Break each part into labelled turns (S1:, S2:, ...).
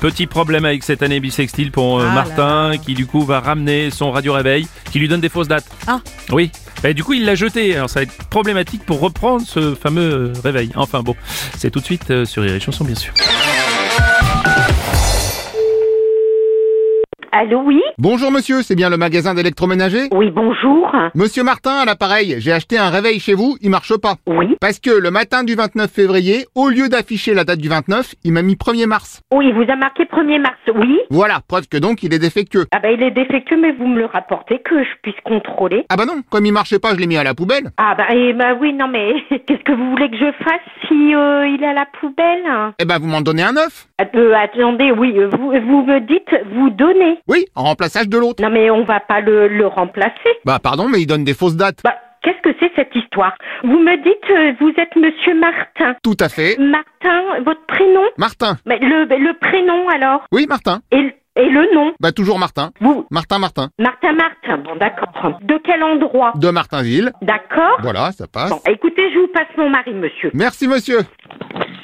S1: Petit problème avec cette année bissextile pour euh,
S2: Ah là
S1: Martin, qui du coup va ramener son radio réveil, qui lui donne des fausses dates.
S2: Ah.
S1: Oui. Et du coup, il l'a jeté. Alors ça va être problématique pour reprendre ce fameux euh, réveil. Enfin bon, c'est tout de suite euh, sur les chansons, bien sûr.
S3: Allô, oui
S4: Bonjour monsieur, c'est bien le magasin d'électroménager
S3: Oui, bonjour.
S4: Monsieur Martin à l'appareil, j'ai acheté un réveil chez vous, il marche pas.
S3: Oui.
S4: Parce que le matin du 29 février, au lieu d'afficher la date du 29, il m'a mis 1er mars.
S3: Oui, il vous a marqué 1er mars, oui
S4: Voilà, preuve que donc il est défectueux.
S3: Ah ben, il est défectueux, mais vous me le rapportez que je puisse contrôler.
S4: Ah bah non, comme il marchait pas, je l'ai mis à la poubelle.
S3: Ah ben, eh ben oui, non mais, qu'est-ce que vous voulez que je fasse si euh, il est à la poubelle Ah,
S4: Eh ben vous m'en donnez un neuf
S3: Euh, Attendez, oui, euh, vous, vous me dites, vous donnez.
S4: Oui, en remplaçage de l'autre.
S3: Non mais, on va pas le, le remplacer.
S4: Bah pardon, mais il donne des fausses dates.
S3: Bah, qu'est-ce que c'est cette histoire Vous me dites, euh, vous êtes monsieur Martin.
S4: Tout à fait.
S3: Martin, votre prénom
S4: Martin.
S3: Mais le, le prénom alors
S4: Oui, Martin.
S3: et, le- et le nom
S4: Bah toujours Martin.
S3: Vous,
S4: Martin Martin.
S3: Martin Martin, bon d'accord. De quel endroit
S4: de Martinville.
S3: D'accord
S4: Voilà, ça passe.
S3: Bon, écoutez, je vous passe mon mari, monsieur.
S4: Merci monsieur.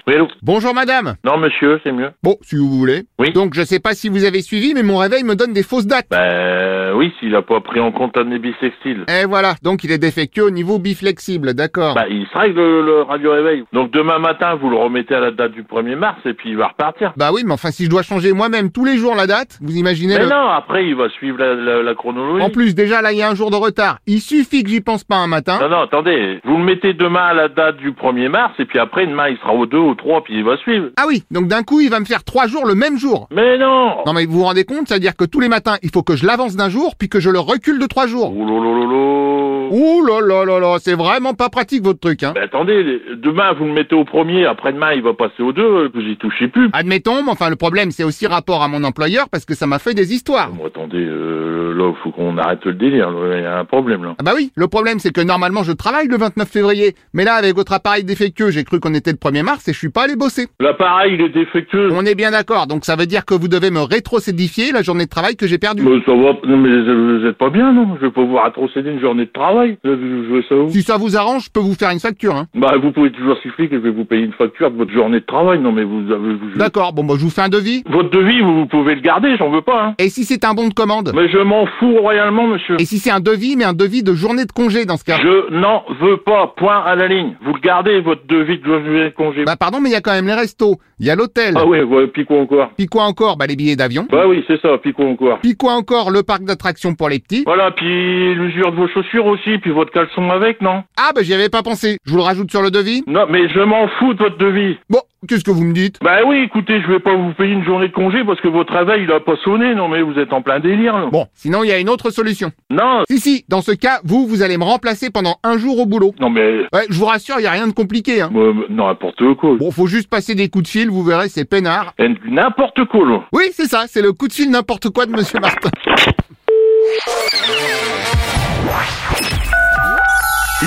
S5: Oui, allô
S4: Bonjour madame.
S5: Non, monsieur, c'est mieux.
S4: Bon, si vous voulez.
S5: Oui.
S4: Donc je sais pas si vous avez suivi, mais mon réveil me donne des fausses dates.
S5: Ben oui, s'il a pas pris en compte l'année bissextile.
S4: Et Eh, voilà, donc il est défectueux au niveau biflexible, d'accord.
S5: Bah, il se règle le, le radio réveil. Donc demain matin, vous le remettez à la date du 1er mars et puis il va repartir.
S4: Bah oui, mais enfin si je dois changer moi-même tous les jours la date, vous imaginez
S5: Mais
S4: le...
S5: non, après il va suivre la, la- la chronologie.
S4: En plus déjà là il y a un jour de retard. Il suffit que j'y pense pas un matin.
S5: Non, non, attendez. Vous le mettez demain à la date du 1er mars et puis après demain il sera au 2, au 3 puis il va suivre.
S4: Ah oui, donc d'un coup il va me faire trois jours le même jour.
S5: Mais non
S4: Non mais vous vous rendez compte, c'est-à-dire que tous les matins il faut que je l'avance d'un jour puis que je le recule de trois jours.
S5: Oh là là là là.
S4: Ouh là là là là, c'est vraiment pas pratique votre truc hein.
S5: Ben, attendez, les- demain vous le mettez au 1er, après-demain il va passer au 2, vous y touchez plus.
S4: Admettons, mais enfin le problème c'est aussi rapport à mon employeur parce que ça m'a fait des histoires.
S5: Ah, Bon, attendez, euh, là faut qu'on arrête le délire, là, il y a un problème là.
S4: Ah bah oui, le problème c'est que normalement je travaille le 29 février, mais là avec votre appareil défectueux j'ai cru qu'on était le 1er mars et je suis pas allé bosser.
S5: L'appareil, il est défectueux.
S4: On est bien d'accord, donc ça veut dire que vous devez me rétrocédifier la journée de travail que j'ai perdue.
S5: Mais ça va, non, mais vous êtes pas bien, non Je vais pas vous retrocéder une journée de travail. Là, Vous jouez ça où
S4: Si ça vous arrange, je peux vous faire une facture. Hein.
S5: Bah, vous pouvez toujours siffler que je vais vous payer une facture de votre journée de travail. Non, mais vous avez... vous-
S4: D'accord, bon bah je vous fais un devis.
S5: votre devis, vous, vous pouvez le garder, j'en veux pas, hein.
S4: Et si c'est un bon de commande
S5: Mais je m'en fous royalement, monsieur.
S4: Et si c'est un devis, mais un devis de journée de congé dans ce cas
S5: Je n'en veux pas, point à la ligne. Vous le gardez, votre devis de journée de congé.
S4: Bah pardon, mais il y a quand même les restos, il y a l'hôtel.
S5: Ah ouais, ouais, puis quoi encore
S4: Puis quoi encore Bah les billets d'avion.
S5: Bah oui, c'est ça, puis quoi encore
S4: Puis quoi encore Le parc d'attractions pour les petits.
S5: Voilà, puis l'usure de vos chaussures aussi, puis votre caleçon avec, non
S4: Ah bah j'y avais pas pensé. Je vous le rajoute sur le devis.
S5: Non, mais je m'en fous de votre devis.
S4: Bon, qu'est-ce que vous me dites
S5: Bah oui, écoutez, je vais pas vous payer une journée de congé parce que votre réveil il a pas sonné. Non mais vous êtes en plein délire. Là.
S4: Bon, sinon il y a une autre solution.
S5: Non,
S4: Si si, dans ce cas, vous vous allez me remplacer pendant un jour au boulot.
S5: non mais
S4: Ouais, je vous rassure, il y a rien de compliqué hein.
S5: euh, n'importe quoi.
S4: Bon, faut juste passer des coups de fil, vous verrez, c'est peinard.
S5: Et N'importe quoi. Là.
S4: Oui, c'est ça, c'est le coup de fil n'importe quoi de monsieur Martin.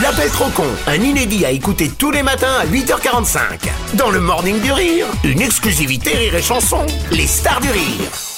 S6: L'appel trop con, un inédit à écouter tous les matins à 8h45. Dans le Morning du Rire, une exclusivité Rire et Chanson, les stars du rire.